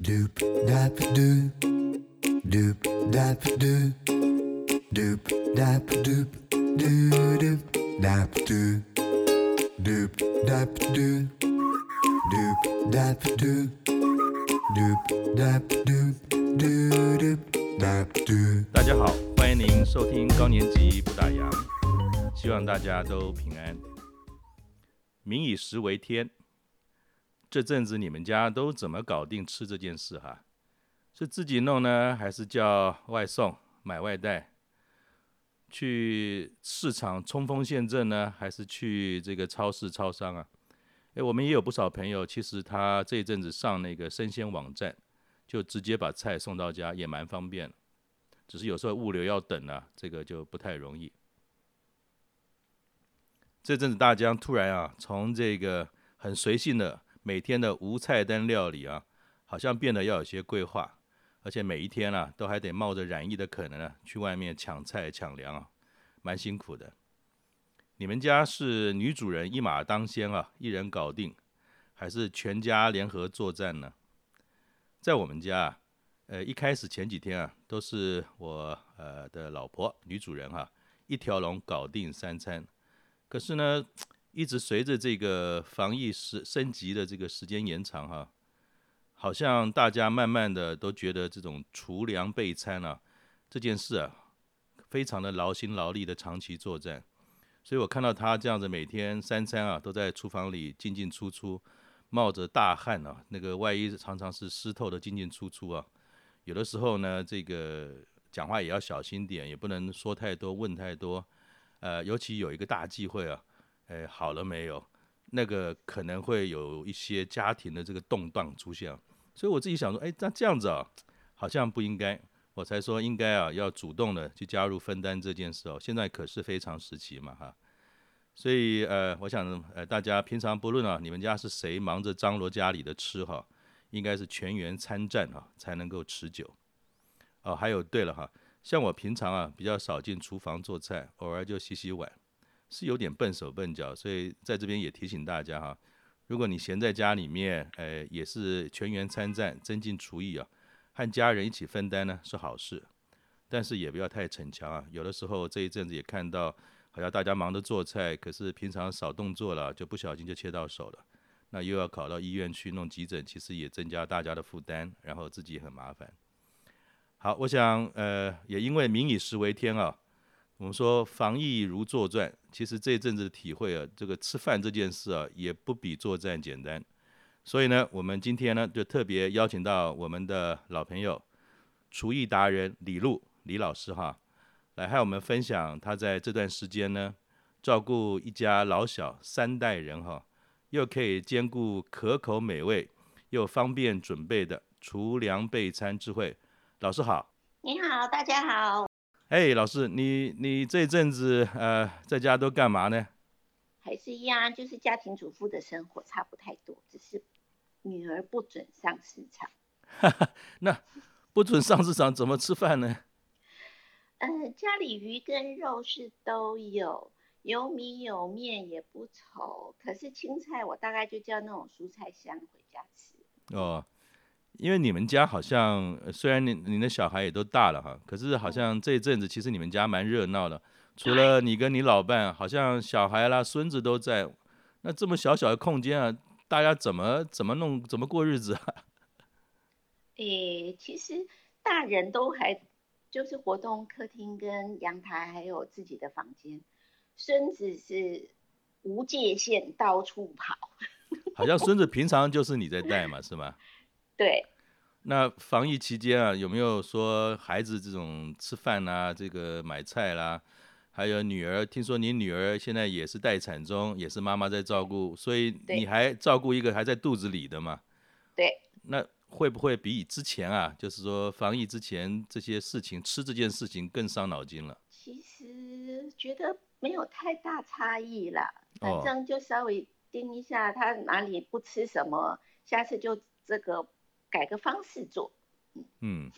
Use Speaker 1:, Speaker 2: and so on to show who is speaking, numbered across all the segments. Speaker 1: Doop dap doop, doop dap doop, doop dap doop, doo doop dap doop, doop dap doop, doop dap doop, doop dap doop, doo doop dap doop.
Speaker 2: 大家好，欢迎您收听高年级不打烊，希望大家都平安。民以食为天，这阵子你们家都怎么搞定吃这件事哈？是自己弄呢，还是叫外送、买外带？去市场冲锋陷阵呢，还是去这个超市、超商啊？诶，我们也有不少朋友，其实他这一阵子上那个生鲜网站，就直接把菜送到家，也蛮方便的。只是有时候物流要等啊，这个就不太容易。这阵子大江突然啊，从这个很随性的每天的无菜单料理啊，好像变得要有些规划，而且每一天啊，都还得冒着染疫的可能呢、去外面抢菜抢粮啊，蛮辛苦的。你们家是女主人一马当先啊，一人搞定，还是全家联合作战呢？在我们家、啊，呃，一开始前几天啊，都是我呃的老婆女主人哈、一条龙搞定三餐。可是呢，一直随着这个防疫时升级的这个时间延长哈、好像大家慢慢的都觉得这种厨粮备餐啊这件事啊，非常的劳心劳力的长期作战。所以我看到她这样子每天三餐啊都在厨房里进进出出，冒着大汗啊，那个外衣常常是湿透的进进出出啊。有的时候呢，这个讲话也要小心点，也不能说太多，问太多。呃，尤其有一个大忌讳啊，哎，好了没有？那个可能会有一些家庭的这个动荡出现啊、所以我自己想说，哎，那这样子啊，好像不应该，我才说应该啊，要主动的去加入分担这件事哦。现在可是非常时期嘛，哈。所以呃，我想呃，大家平常不论啊，你们家是谁忙着张罗家里的吃哈、应该是全员参战啊，才能够持久。哦，还有对了哈，像我平常啊比较少进厨房做菜，偶尔就洗洗碗，是有点笨手笨脚，所以在这边也提醒大家哈，如果你闲在家里面，呃，也是全员参战，增进厨艺啊，和家人一起分担呢是好事，但是也不要太逞强啊。有的时候这一阵子也看到，好像大家忙着做菜，可是平常少动作了，就不小心就切到手了。那又要考到医院去弄急诊，其实也增加大家的负担，然后自己也很麻烦。好，我想呃，也因为民以食为天啊，我们说防疫如作战，其实这一阵子的体会啊，这个吃饭这件事啊，也不比作战简单。所以呢，我们今天呢，就特别邀请到我们的老朋友，厨艺达人李璐李老师哈，来和我们分享他在这段时间呢，照顾一家老小三代人哈，又可以兼顾可口美味，又方便准备的厨粮备餐智慧。老师好。
Speaker 3: 你好，大家好。
Speaker 2: 哎，老师，你你这阵子呃在家都干嘛呢？
Speaker 3: 还是一样，就是家庭主妇的生活差不太多，只是女儿不准上市场。
Speaker 2: 那不准上市场怎么吃饭呢？
Speaker 3: 呃，家里鱼跟肉是都有，有米有面也不愁。可是青菜我大概就叫那种蔬菜箱回家吃。
Speaker 2: 哦，因为你们家好像呃虽然你你的小孩也都大了哈，可是好像这一阵子其实你们家蛮热闹的，除了你跟你老伴，好像小孩啦、孙子都在。那这么小小的空间啊，大家怎么怎么弄怎么过日子啊？
Speaker 3: 诶，其实大人都还就是活动客厅跟阳台，还有自己的房间。孙子是无界限，到处跑。
Speaker 2: 好像孙子平常就是你在带嘛，是吗？
Speaker 3: 对，
Speaker 2: 那防疫期间啊，有没有说孩子这种吃饭啦、这个买菜啦、还有女儿？听说你女儿现在也是待产中，也是妈妈在照顾，所以
Speaker 3: 对
Speaker 2: 你还照顾一个还在肚子里的嘛？
Speaker 3: 对。
Speaker 2: 那会不会比之前啊，就是说防疫之前这些事情，吃这件事情更伤脑筋了？
Speaker 3: 其实觉得没有太大差异啦，
Speaker 2: 哦
Speaker 3: 反正就稍微盯一下他哪里不吃什么，下次就这个改个方式做。
Speaker 2: 嗯，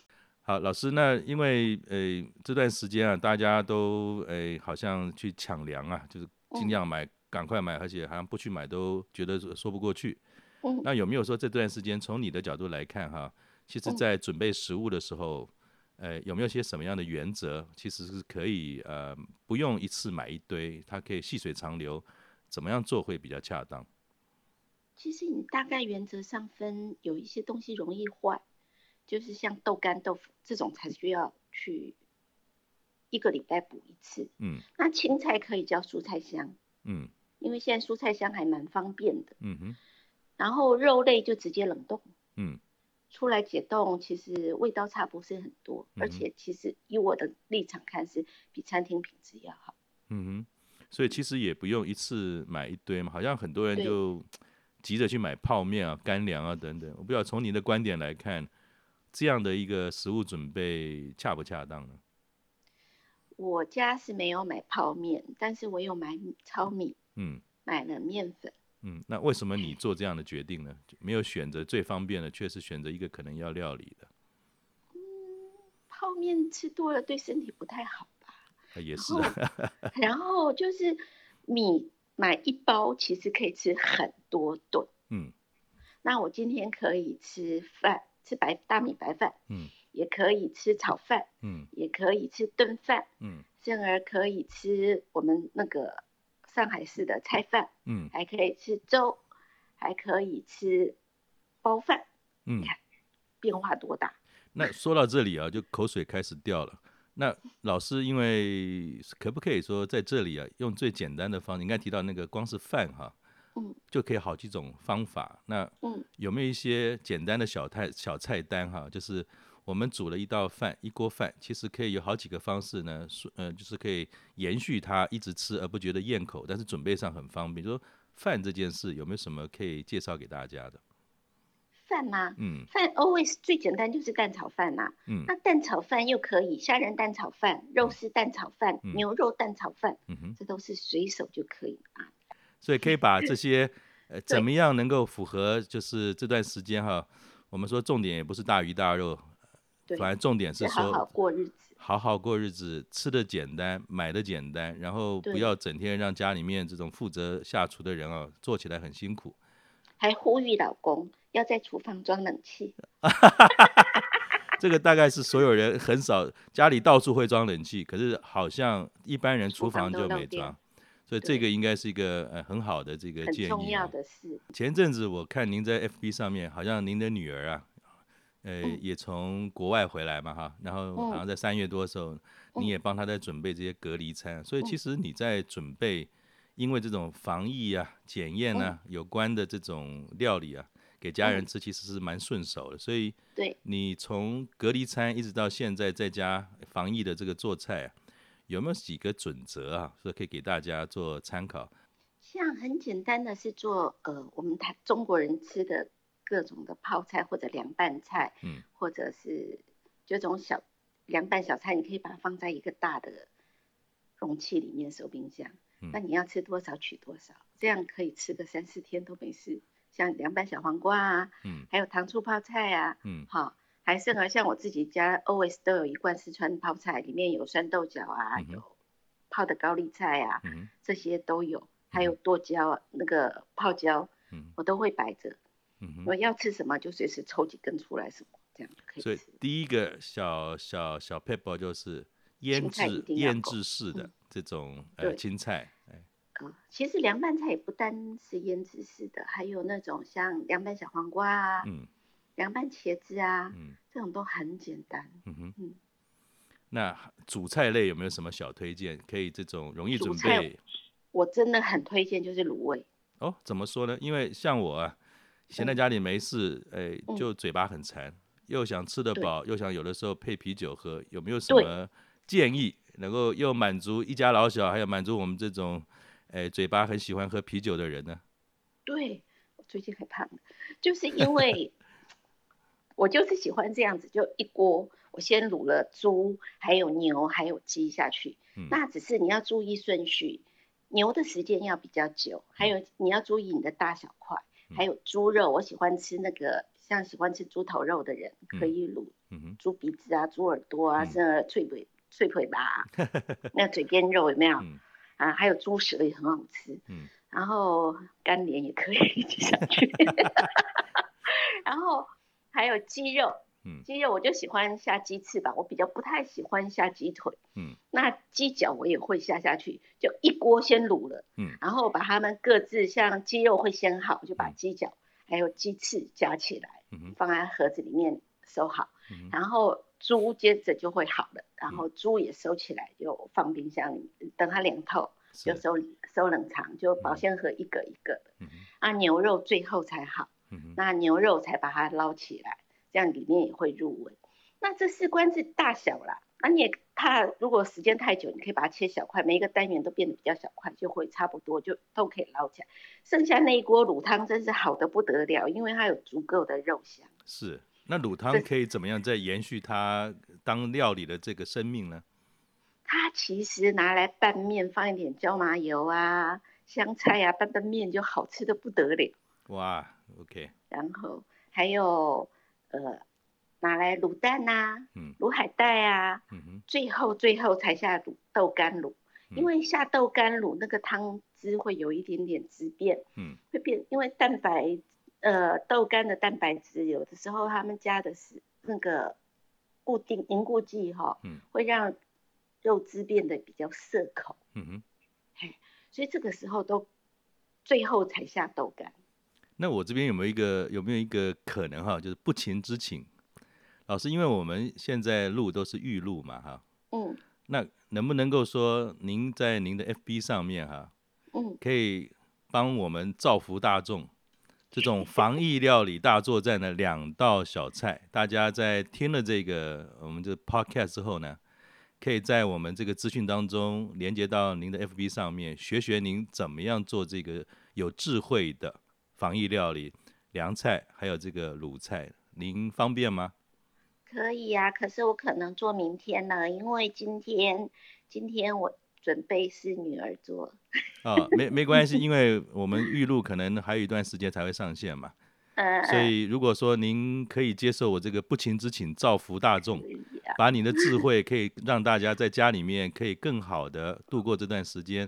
Speaker 2: 好，老师，那因为呃这段时间啊，大家都呃好像去抢粮啊，就是尽
Speaker 3: 嗯
Speaker 2: 量买，赶快买，而且好像不去买都觉得说说不过去。
Speaker 3: 嗯，
Speaker 2: 那有没有说这段时间从你的角度来看哈，其实在准备食物的时候，呃，有没有些什么样的原则，其实是可以呃不用一次买一堆，它可以细水长流，怎么样做会比较恰当？
Speaker 3: 其实你大概原则上分有一些东西容易坏，就是像豆干、豆腐这种才需要去一个礼拜补一次。
Speaker 2: 嗯
Speaker 3: 那青菜可以叫蔬菜箱，
Speaker 2: 嗯
Speaker 3: 因为现在蔬菜箱还蛮方便的。
Speaker 2: 嗯哼
Speaker 3: 然后肉类就直接冷冻，
Speaker 2: 嗯
Speaker 3: 出来解冻，其实味道差不是很多，
Speaker 2: 嗯
Speaker 3: 而且其实以我的立场看，是比餐厅品质要好。
Speaker 2: 嗯哼，所以其实也不用一次买一堆嘛，好像很多人
Speaker 3: 对
Speaker 2: 就急着去买泡面啊、干粮啊等等。我不知道从您的观点来看，这样的一个食物准备恰不恰当呢？
Speaker 3: 我家是没有买泡面，但是我有买米糙米，
Speaker 2: 嗯。
Speaker 3: 买了面粉。
Speaker 2: 嗯，那为什么你做这样的决定呢？就没有选择最方便的，却是选择一个可能要料理的，
Speaker 3: 嗯泡面吃多了对身体不太好吧？
Speaker 2: 啊、也是
Speaker 3: 哦然后就是米买一包，其实可以吃很多顿。
Speaker 2: 嗯
Speaker 3: 那我今天可以吃饭，吃白大米白饭，
Speaker 2: 嗯
Speaker 3: 也可以吃炒饭，
Speaker 2: 嗯
Speaker 3: 也可以吃炖饭，
Speaker 2: 嗯
Speaker 3: 甚而可以吃我们那个上海市的菜饭，
Speaker 2: 嗯
Speaker 3: 还可以吃粥，还可以吃包饭，
Speaker 2: 嗯。
Speaker 3: 变化多大？
Speaker 2: 那说到这里啊，就口水开始掉了。那老师，因为可不可以说在这里啊，用最简单的方式，你刚才提到那个光是饭哈、
Speaker 3: 嗯，
Speaker 2: 就可以好几种方法。那
Speaker 3: 嗯
Speaker 2: 有没有一些简单的小菜小菜单哈、就是我们煮了一道饭，一锅饭，其实可以有好几个方式呢，说呃，就是可以延续它一直吃而不觉得厌口，但是准备上很方便。就说饭这件事，有没有什么可以介绍给大家的？
Speaker 3: 饭吗？
Speaker 2: 嗯
Speaker 3: 饭 always 最简单就是蛋炒饭啦、
Speaker 2: 嗯
Speaker 3: 那蛋炒饭又可以虾仁蛋炒饭、肉丝蛋炒饭、
Speaker 2: 嗯
Speaker 3: 牛肉蛋炒饭，
Speaker 2: 嗯哼。
Speaker 3: 这都是随手就可以啊。
Speaker 2: 所以可以把这些
Speaker 3: 嗯
Speaker 2: 呃怎么样能够符合就是这段时间哈，我们说重点也不是大鱼大肉，
Speaker 3: 对，
Speaker 2: 反正重点是
Speaker 3: 是好好
Speaker 2: 说
Speaker 3: 过日子。
Speaker 2: 好好过日子，吃的简单，买的简单，然后不
Speaker 3: 对
Speaker 2: 要整天让家里面这种负责下厨的人啊做起来很辛苦。
Speaker 3: 还呼吁老公要在厨房装冷气。
Speaker 2: 这个大概是所有人很少，家里到处会装冷气，可是好像一般人厨
Speaker 3: 厨房
Speaker 2: 房
Speaker 3: 都
Speaker 2: 就
Speaker 3: 漏
Speaker 2: 没
Speaker 3: 电
Speaker 2: 装，所以这
Speaker 3: 对
Speaker 2: 个应该是一个呃很好的这个
Speaker 3: 很
Speaker 2: 建议、啊。
Speaker 3: 重要的是，
Speaker 2: 前阵子我看您在 FB 上面，好像您的女儿啊，呃，
Speaker 3: 嗯
Speaker 2: 也从国外回来嘛哈，然后好像在三月多的时候，你也帮她在准备这些隔离餐，所以其实你在准备，因为这种防疫啊、检验啊有关的这种料理啊，给家人吃其实是蛮顺手的，所以
Speaker 3: 对
Speaker 2: 你从隔离餐一直到现在在家防疫的这个做菜、啊，有没有几个准则啊，说可以给大家做参考？
Speaker 3: 像很简单的是做呃，我们台中国人吃的各种的泡菜或者凉拌菜，
Speaker 2: 嗯，
Speaker 3: 或者是这种小凉拌小菜，你可以把它放在一个大的容器里面收冰箱，
Speaker 2: 嗯
Speaker 3: 那你要吃多少取多少，这样可以吃个三四天都没事。像凉拌小黄瓜啊，
Speaker 2: 嗯
Speaker 3: 还有糖醋泡菜啊，
Speaker 2: 嗯
Speaker 3: 好，还剩而像我自己家 always 都有一罐四川泡菜，里面有酸豆角啊，
Speaker 2: 嗯哼
Speaker 3: 有泡的高丽菜啊，
Speaker 2: 嗯哼
Speaker 3: 这些都有，还有剁椒啊那个泡椒，
Speaker 2: 嗯
Speaker 3: 我都会摆着。
Speaker 2: 嗯哼。
Speaker 3: 我要吃什么就随时抽几根出来什么，这样可
Speaker 2: 所
Speaker 3: 以
Speaker 2: 以
Speaker 3: 吃。
Speaker 2: 第一个小小小 paper 就是腌
Speaker 3: 青菜一
Speaker 2: 制
Speaker 3: 定要
Speaker 2: 腌
Speaker 3: 够
Speaker 2: 制式的
Speaker 3: 嗯
Speaker 2: 这种呃
Speaker 3: 对
Speaker 2: 青菜，哎
Speaker 3: 呃，其实凉拌菜也不单是腌制式的，还有那种像凉拌小黄瓜啊、
Speaker 2: 嗯
Speaker 3: 凉拌茄子啊，
Speaker 2: 嗯
Speaker 3: 这种都很简单。
Speaker 2: 嗯哼
Speaker 3: 嗯。
Speaker 2: 那主菜类有没有什么小推荐？可以这种容易
Speaker 3: 主
Speaker 2: 准
Speaker 3: 菜
Speaker 2: 备
Speaker 3: 我真的很推荐就是卤味，
Speaker 2: 哦？怎么说呢？因为像我啊，闲在
Speaker 3: 嗯
Speaker 2: 家里没事，哎，
Speaker 3: 嗯
Speaker 2: 就嘴巴很馋，又想吃得
Speaker 3: 对
Speaker 2: 饱，又想有的时候配啤酒喝，有没有什
Speaker 3: 对
Speaker 2: 么建议能够又满足一家老小，还有满足我们这种哎嘴巴很喜欢喝啤酒的人呢？
Speaker 3: 对，我最近很胖了，就是 因为我就是喜欢这样子，就一锅，我先卤了猪，还有牛，还有鸡下去。
Speaker 2: 嗯
Speaker 3: 那只是你要注意顺序，牛的时间要比较久，还
Speaker 2: 嗯
Speaker 3: 有你要注意你的大小块，还有猪肉，我喜欢吃那个。像喜欢吃猪头肉的人，可以卤
Speaker 2: 嗯哼
Speaker 3: 猪鼻子啊、猪耳朵啊，
Speaker 2: 嗯
Speaker 3: 甚至脆腿、脆 腿吧啊，那嘴边肉有没有？
Speaker 2: 嗯
Speaker 3: 啊，还有猪舌也很好吃，
Speaker 2: 嗯，
Speaker 3: 然后 干莲也可以吃下去，然后还有鸡肉，
Speaker 2: 嗯
Speaker 3: 鸡肉我就喜欢下鸡翅膀，我比较不太喜欢下鸡腿。
Speaker 2: 嗯，
Speaker 3: 那鸡脚我也会下下去，就一锅先卤了。
Speaker 2: 嗯，
Speaker 3: 然后把它们各自像鸡肉会先好，就把
Speaker 2: 嗯
Speaker 3: 鸡脚还有鸡翅夹起来，
Speaker 2: 嗯哼，
Speaker 3: 放在盒子里面收好。
Speaker 2: 嗯哼，
Speaker 3: 然后猪接着就会好了，然
Speaker 2: 嗯
Speaker 3: 后猪也收起来，就放冰箱里，等它凉透
Speaker 2: 是
Speaker 3: 就，收收冷藏，就保
Speaker 2: 嗯
Speaker 3: 鲜盒一个一个的。
Speaker 2: 嗯哼，
Speaker 3: 啊，牛肉最后才好，
Speaker 2: 嗯哼，
Speaker 3: 那牛肉才把它捞起来，这样里面也会入味。那这是关至大小啦，那你也怕如果时间太久，你可以把它切小块，每一个单元都变得比较小块，就会差不多就都可以捞起来。剩下那一锅卤汤真是好的不得了，因为它有足够的肉香。
Speaker 2: 是。那卤汤可以怎么样再延续它当料理的这个生命呢？
Speaker 3: 它其实拿来拌面，放一点椒麻油啊、香菜啊，拌拌面就好吃的不得了。
Speaker 2: 哇，OK，
Speaker 3: 然后还有呃，拿来卤蛋啊、
Speaker 2: 嗯
Speaker 3: 卤海带啊，
Speaker 2: 嗯哼，
Speaker 3: 最后最后才下卤豆干卤，
Speaker 2: 嗯
Speaker 3: 因为下豆干卤那个汤汁会有一点点汁变，
Speaker 2: 嗯
Speaker 3: 会变，因为蛋白呃豆干的蛋白质有的时候他们加的是那个固定凝固剂哈、
Speaker 2: 嗯
Speaker 3: 会让肉汁变得比较涩口。
Speaker 2: 嗯哼。
Speaker 3: 所以这个时候都最后才下豆干。
Speaker 2: 那我这边有没有一个有没有一个可能哈，就是不情之请？老师，因为我们现在录都是预录嘛哈，
Speaker 3: 嗯
Speaker 2: 那能不能够说您在您的 FB 上面哈，
Speaker 3: 嗯，
Speaker 2: 可以帮我们造福大众。这种防疫料理大作战的两道小菜，大家在听了这个我们这 podcast 之后呢，可以在我们这个资讯当中连接到您的 FB 上面，学学您怎么样做这个有智慧的防疫料理，凉菜还有这个鲁菜，您方便吗？
Speaker 3: 可以啊，可是我可能做明天了，因为今天今天我准备是女儿做。
Speaker 2: 啊、没没关系，因为我们预录可能还有一段时间才会上线嘛。
Speaker 3: 呃，
Speaker 2: 所以，如果说您可以接受我这个不情之请，造福大众
Speaker 3: 可，以啊，
Speaker 2: 把你的智慧可以让大家在家里面可以更好的度过这段时间，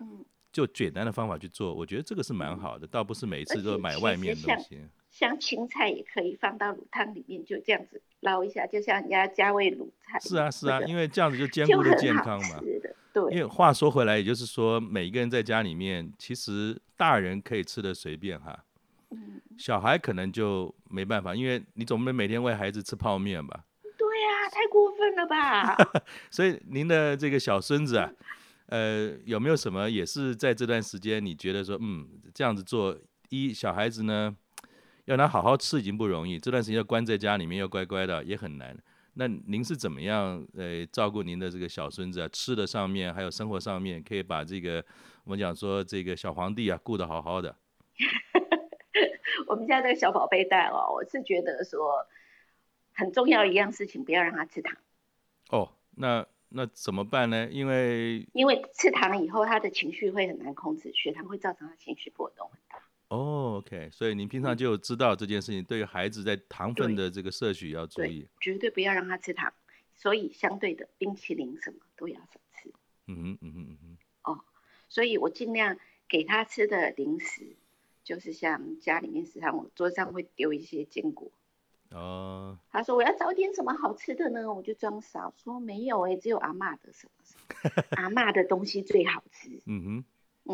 Speaker 3: 嗯，
Speaker 2: 就简单的方法去做，我觉得这个是蛮好的，倒不是每一次都买外面的东西。
Speaker 3: 像青菜也可以放到卤汤里面，就这样子捞一下，就像人家加味卤菜。
Speaker 2: 是啊，是啊，因
Speaker 3: 为
Speaker 2: 为这样子 就兼
Speaker 3: 就
Speaker 2: 顾了
Speaker 3: 很
Speaker 2: 健
Speaker 3: 好
Speaker 2: 康嘛。
Speaker 3: 吃的，
Speaker 2: 因
Speaker 3: 对，
Speaker 2: 为话说回来，也就是说，每一个人在家里面，其实大人可以吃的随便哈，
Speaker 3: 嗯，
Speaker 2: 小孩可能就没办法，因为你总不能每天喂孩子吃泡面吧。
Speaker 3: 对啊，太过分 了吧？
Speaker 2: 所以您的这个小孙子啊，呃，有没有什么也是在这段时间你觉得说，嗯，这样子做，一小孩子呢，要他好好吃已经不容易，这段时间要关在家里面要乖乖的也很难。那您是怎么样呃照顾您的这个小孙子啊？吃的上面还有生活上面，可以把这个我们讲说这个小皇帝啊顾得好好的。
Speaker 3: 我们家这个小宝贝蛋哦，我是觉得说很重要一样事情，不要让他吃糖，
Speaker 2: 哦，那那怎么办呢？因为
Speaker 3: 因为吃糖以后他的情绪会很难控制，血糖会造成他情绪波动很大。
Speaker 2: 哦，OK，所以您平常就知道这件事情，对于孩子在糖分的这个摄取要注意
Speaker 3: 对。，绝对不要让他吃糖。所以相对的，冰淇淋什么都要少吃。
Speaker 2: 嗯哼嗯哼嗯哼，
Speaker 3: 所以我尽量给他吃的零食，就是像家里面食堂我桌上会丢一些坚果。
Speaker 2: 哦，
Speaker 3: 他说我要找点什么好吃的呢？我就装傻说没有诶、只有阿嬷的什么什么，阿嬷的东西最好吃。
Speaker 2: 嗯哼，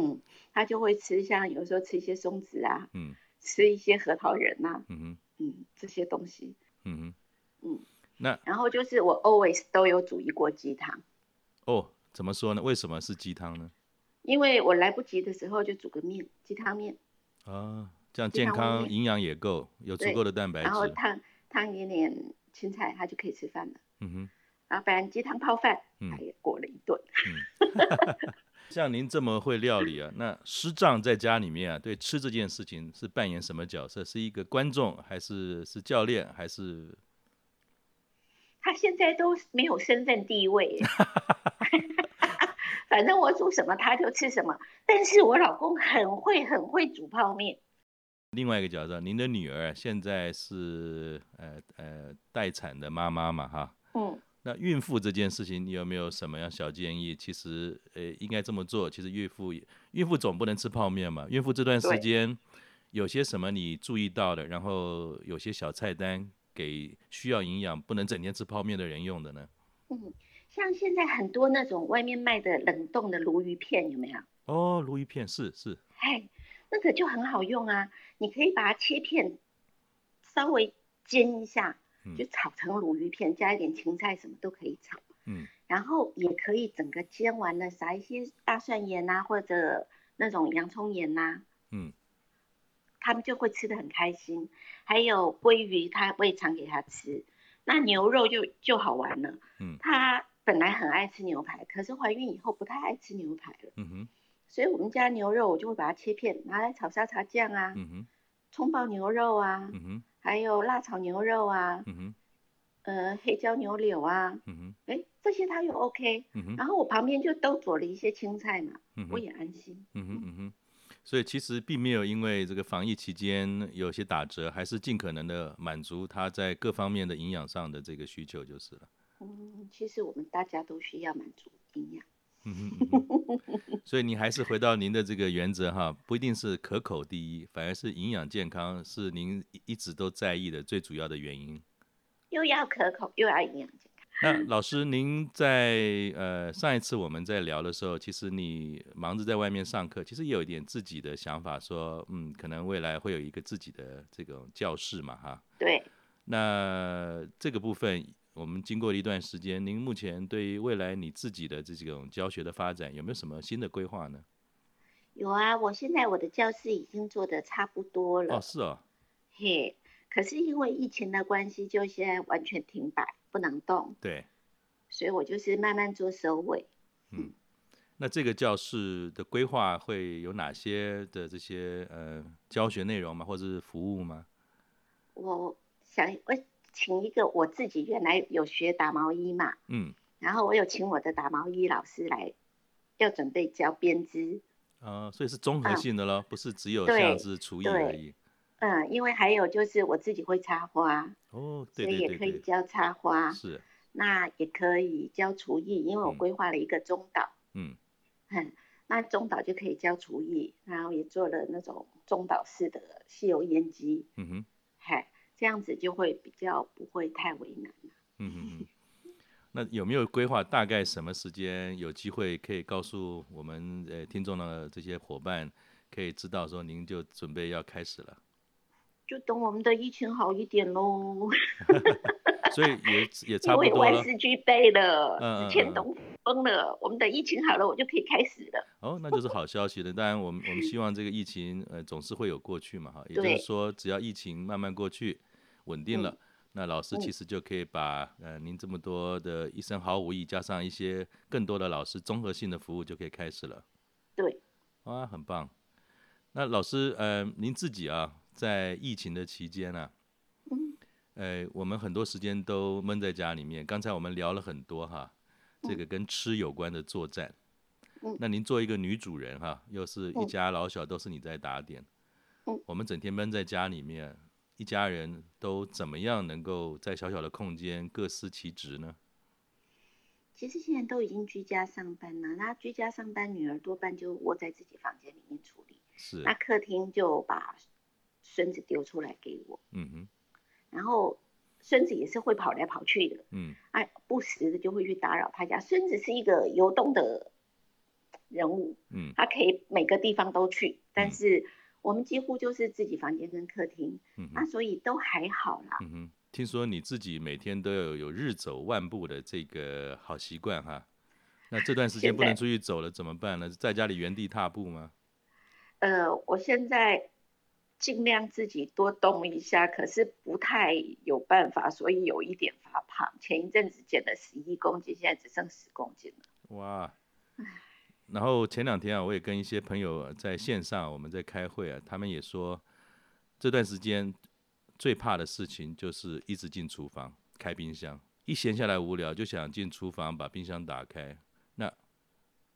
Speaker 3: 嗯，他就会吃，像有时候吃一些松子啊，
Speaker 2: 嗯
Speaker 3: 吃一些核桃仁呐、
Speaker 2: 嗯哼，
Speaker 3: 嗯，这些东西。
Speaker 2: 嗯哼，
Speaker 3: 嗯，
Speaker 2: 那
Speaker 3: 然后就是我 always 都有煮一锅鸡汤，
Speaker 2: 哦，怎么说呢？为什么是鸡汤呢？
Speaker 3: 因为我来不及的时候就煮个面，鸡汤面，
Speaker 2: 啊，这样
Speaker 3: 鸡
Speaker 2: 健
Speaker 3: 汤
Speaker 2: 康，
Speaker 3: 面
Speaker 2: 营养也够，有足
Speaker 3: 对
Speaker 2: 够的蛋白
Speaker 3: 然后
Speaker 2: 质。
Speaker 3: 烫烫一点点青菜，他就可以吃饭了。
Speaker 2: 嗯哼，
Speaker 3: 然后不然鸡汤泡饭，
Speaker 2: 嗯
Speaker 3: 他也过了一顿。
Speaker 2: 像您这么会料理啊，那师丈在家里面啊，对吃这件事情是扮演什么角色？是一个观众，还是是教练，还是
Speaker 3: 他现在都没有身份地位 耶，反正我煮什么他就吃什么。但是我老公很会很会煮泡面，
Speaker 2: 另外一个角色？您的女儿啊现在是呃呃待产的妈妈嘛，哈。
Speaker 3: 嗯。
Speaker 2: 那孕妇这件事情，你有没有什么样小建议？其实，呃，应该这么做。其实孕妇也，孕妇总不能吃泡面嘛。孕妇这段时
Speaker 3: 对
Speaker 2: 间有些什么你注意到的，然后有些小菜单给需要营养、不能整天吃泡面的人用的呢？
Speaker 3: 嗯，像现在很多那种外面卖的冷冻的鲈鱼片有没有？
Speaker 2: 哦，鲈鱼片是是，
Speaker 3: 哎，那个就很好用啊，你可以把它切片，稍微煎一下
Speaker 2: 嗯，
Speaker 3: 就炒成鲈鱼片，加一点芹菜什么都可以炒。
Speaker 2: 嗯
Speaker 3: 然后也可以整个煎完了撒一些大蒜盐啊，或者那种洋葱盐呐、
Speaker 2: 嗯，
Speaker 3: 他们就会吃的很开心。还有鲑鱼，他喂常给他吃。那牛肉就就好玩了，
Speaker 2: 嗯
Speaker 3: 他本来很爱吃牛排，可是怀孕以后不太爱吃牛排了，
Speaker 2: 嗯哼
Speaker 3: 所以我们家牛肉我就会把它切片，拿来炒沙茶酱啊，
Speaker 2: 嗯哼
Speaker 3: 葱爆牛肉啊，
Speaker 2: 嗯哼
Speaker 3: 还有辣炒牛肉啊，
Speaker 2: 嗯哼
Speaker 3: 呃，黑椒牛柳啊，
Speaker 2: 嗯哼
Speaker 3: 哎，这些他又 OK。
Speaker 2: 嗯哼
Speaker 3: 然后我旁边就都佐了一些青菜嘛，
Speaker 2: 嗯
Speaker 3: 我
Speaker 2: 哼
Speaker 3: 也安心。
Speaker 2: 嗯哼嗯哼，所以其实并没有因为这个防疫期间有些打折，还是尽可能的满足他在各方面的营养上的这个需求就是了。
Speaker 3: 嗯，其实我们大家都需要满足营养。
Speaker 2: 嗯哼嗯哼， 所以您还是回到您的这个原则哈，不一定是可口第一，反而是营养健康是您一一直都在意的最主要的原因。
Speaker 3: 又要可口，又要营养健康。
Speaker 2: 那老师，您在呃上一次我们在聊的时候，其实你忙着在外面上课，其实也有一点自己的想法说，嗯，可能未来会有一个自己的这种教室嘛，哈。
Speaker 3: 对，
Speaker 2: 那这个部分，我们经过了一段时间，您目前对于未来你自己的这种教学的发展，有没有什么新的规划呢？
Speaker 3: 有啊，我现在我的教室已经做的差不多了，
Speaker 2: 哦，是哦，
Speaker 3: 嘿。可是因为疫情的关系，就现在完全停摆，不能动，
Speaker 2: 对，
Speaker 3: 所以我就是慢慢做收尾。
Speaker 2: 那这个教室的规划会有哪些的这些呃教学内容吗，或者是服务吗？
Speaker 3: 我想，我请一个我自己原来有学打毛衣嘛，
Speaker 2: 嗯，
Speaker 3: 然后我有请我的打毛衣老师来，要准备教编织。
Speaker 2: 呃，所以是综合
Speaker 3: 啊
Speaker 2: 性的咯，不是只有
Speaker 3: 对
Speaker 2: 像是厨艺
Speaker 3: 对
Speaker 2: 而已。
Speaker 3: 嗯，因为还有就是我自己会插花，
Speaker 2: 哦，
Speaker 3: 所
Speaker 2: 对
Speaker 3: 以
Speaker 2: 对
Speaker 3: 也可
Speaker 2: 对
Speaker 3: 以
Speaker 2: 对，
Speaker 3: 教插花。
Speaker 2: 是，
Speaker 3: 那也可以教厨艺，因为我
Speaker 2: 嗯
Speaker 3: 规划了一个中岛，
Speaker 2: 嗯
Speaker 3: 嗯，那中岛就可以教厨艺，然后也做了那种中岛式的西油烟机，
Speaker 2: 嗯哼。
Speaker 3: 嗨，这样子就会比较不会太为难。
Speaker 2: 嗯哼哼， 那有没有规划大概什么时间有机会可以告诉我们呃听众的这些伙伴，可以知道说您就准备要开始了？
Speaker 3: 就等我们的疫情好一点喽，
Speaker 2: 所以也也差
Speaker 3: 因
Speaker 2: 不
Speaker 3: 为
Speaker 2: 多
Speaker 3: 万
Speaker 2: 了
Speaker 3: 事俱备了，
Speaker 2: 嗯嗯嗯
Speaker 3: 之前都封了，我们的疫情好了，我就可以开始了。
Speaker 2: 哦，那就是好消息了。当然，我们我们希望这个疫情呃总是会有过去嘛哈，也就是
Speaker 3: 对
Speaker 2: 说，只要疫情慢慢过去，稳定了，
Speaker 3: 嗯
Speaker 2: 那老师其实就可以把呃您这么多的一身好武艺，加上一些更多的老师综合性的服务，就可以开始了。
Speaker 3: 对，
Speaker 2: 啊，很棒。那老师，呃，您自己啊，在疫情的期间呢、
Speaker 3: 嗯
Speaker 2: 呃，我们很多时间都闷在家里面。刚才我们聊了很多哈，这
Speaker 3: 嗯
Speaker 2: 个跟吃有关的作战。
Speaker 3: 嗯
Speaker 2: 那您作为一个女主人哈，又是一
Speaker 3: 嗯
Speaker 2: 家老小都是你在打点，
Speaker 3: 嗯
Speaker 2: 我们整天闷在家里面，一家人都怎么样能够在小小的空间各司其职呢？
Speaker 3: 其实现在都已经居家上班了，那居家上班，女儿多半就窝在自己房间里面处理。
Speaker 2: 是
Speaker 3: 那，客厅就把孙子丢出来给我，
Speaker 2: 嗯哼，
Speaker 3: 然后孙子也是会跑来跑去的，
Speaker 2: 嗯
Speaker 3: 哎，不时的就会去打扰他家。孙子是一个游动的人物，
Speaker 2: 嗯
Speaker 3: 他可以每个地方都去，
Speaker 2: 嗯
Speaker 3: 但是我们几乎就是自己房间跟客厅，
Speaker 2: 嗯哼
Speaker 3: 那。所以都还好啦。
Speaker 2: 嗯哼，听说你自己每天都有有日走万步的这个好习惯哈，那这段时间
Speaker 3: 现
Speaker 2: 不能
Speaker 3: 在
Speaker 2: 出去走了怎么办呢？在家里原地踏步吗？
Speaker 3: 呃，我现在。尽量自己多动一下，可是不太有办法，所以有一点发胖。前一阵子减了十一公斤，现在只剩十公斤了。
Speaker 2: 哇！然后前两天啊，我也跟一些朋友在线上我们在开会啊，他们也说这段时间最怕的事情就是一直进厨房开冰箱，一闲下来无聊就想进厨房把冰箱打开，那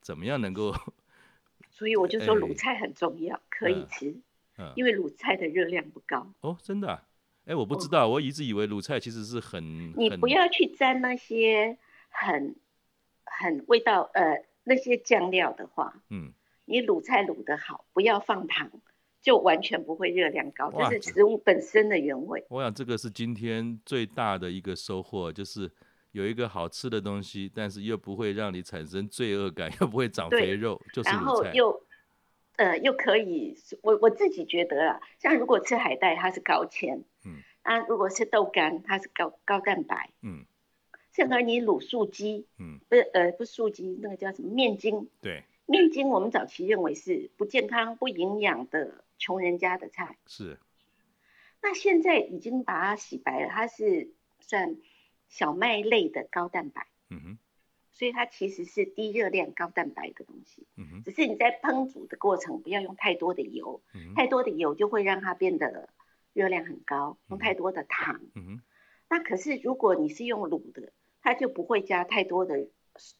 Speaker 2: 怎么样能够
Speaker 3: 所以我就
Speaker 2: 哎
Speaker 3: 说卤菜很重要，可以
Speaker 2: 嗯
Speaker 3: 吃，
Speaker 2: 嗯？
Speaker 3: 因为卤菜的热量不高，
Speaker 2: 哦，真的、啊？哎，我不知
Speaker 3: 嗯
Speaker 2: 道，我一直以为卤菜其实是很
Speaker 3: 你
Speaker 2: 很
Speaker 3: 不要去沾那些很很味道呃那些酱料的话，
Speaker 2: 嗯
Speaker 3: 你卤菜卤得好，不要放糖，就完全不会热量高，
Speaker 2: 哇
Speaker 3: 这是食物本身的原味。
Speaker 2: 我想这个是今天最大的一个收获，就是有一个好吃的东西，但是又不会让你产生罪恶感，又不会长
Speaker 3: 对
Speaker 2: 肥肉，就是
Speaker 3: 然
Speaker 2: 卤
Speaker 3: 后
Speaker 2: 菜。
Speaker 3: 又，呃，又可以，我我自己觉得啦，像如果吃海带，它是高纤，
Speaker 2: 嗯，
Speaker 3: 啊，如果吃豆干，它是高高蛋白，
Speaker 2: 嗯
Speaker 3: 甚而你卤素鸡，
Speaker 2: 嗯，
Speaker 3: 不是呃不是素鸡，那个叫什么面筋？
Speaker 2: 对，
Speaker 3: 面筋我们早期认为是不健康、不营养的穷人家的菜，
Speaker 2: 是
Speaker 3: 那现在已经把它洗白了，它是算小麦类的高蛋白，
Speaker 2: 嗯哼
Speaker 3: 所以它其实是低热量、高蛋白的东西。
Speaker 2: 嗯哼
Speaker 3: 只是你在烹煮的过程不要用太多的油，
Speaker 2: 嗯哼
Speaker 3: 太多的油就会让它变得热量很高，用太多的糖。
Speaker 2: 嗯哼
Speaker 3: 那可是如果你是用卤的，它就不会加太多的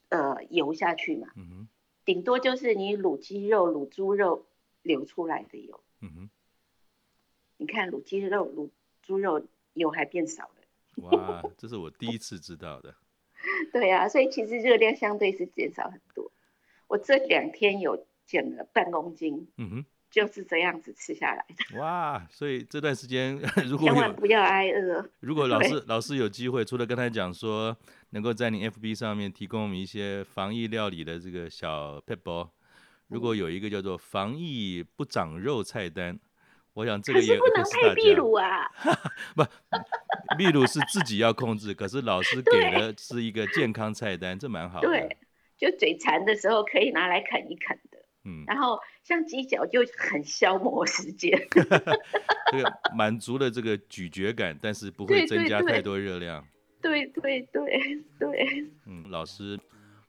Speaker 3: 呃油下去嘛，
Speaker 2: 嗯哼
Speaker 3: 顶多就是你卤鸡肉、卤猪肉流出来的油。
Speaker 2: 嗯哼，
Speaker 3: 你看卤鸡肉、卤猪肉油还变少了。
Speaker 2: 哇，这是我第一次知道的。
Speaker 3: 对啊，所以其实热量相对是减少很多。我这两天有减了半公斤，
Speaker 2: 嗯哼。
Speaker 3: 就是这样子吃下来的。
Speaker 2: 哇，所以这段时间 如果
Speaker 3: 千万
Speaker 2: 有
Speaker 3: 不要挨饿。
Speaker 2: 如果老
Speaker 3: 对
Speaker 2: 师老师有机会，除了刚才讲说能够在你 FB 上面提供我们一些防疫料理的这个小 p e b l 如
Speaker 3: 嗯
Speaker 2: 果有一个叫做防疫不长肉菜单，我想这
Speaker 3: 可
Speaker 2: 个
Speaker 3: 是
Speaker 2: 也
Speaker 3: 不能
Speaker 2: 会是
Speaker 3: 配
Speaker 2: 大
Speaker 3: 秘
Speaker 2: 家。
Speaker 3: 鲁啊，
Speaker 2: 秘鲁是自己要控制，可是老师给的是一个健康菜单，这蛮好的。
Speaker 3: 对，就嘴馋的时候可以拿来啃一啃的。
Speaker 2: 嗯，
Speaker 3: 然后像鸡脚就很消磨时间，
Speaker 2: 这个满足了这个咀嚼感，但是不
Speaker 3: 对
Speaker 2: 会
Speaker 3: 对
Speaker 2: 增加
Speaker 3: 对
Speaker 2: 太多热量。
Speaker 3: 对对对对，
Speaker 2: 嗯，老师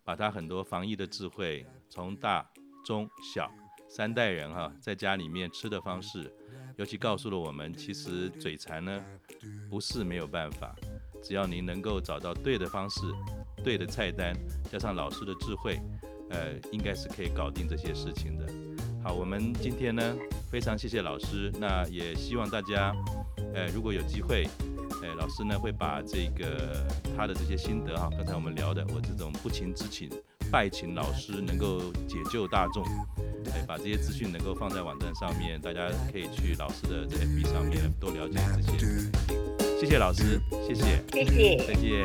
Speaker 2: 把他很多防疫的智慧，从大、中、小三代人哈、在家里面吃的方式，尤其告诉了我们，其实嘴馋呢不是没有办法，只要您能够找到对的方式、对的菜单，加上老师的智慧，呃，应该是可以搞定这些事情的。好，我们今天呢非常谢谢老师，那也希望大家，呃，如果有机会，哎，老师呢会把这个他的这些心得哈，刚才我们聊的，我这种不情之请，拜请老师能够解救大众，哎，把这些资讯能够放在网站上面，大家可以去老师的这 FB 上面多了解这些。谢谢老师，谢谢，
Speaker 3: 谢谢。
Speaker 2: 再见。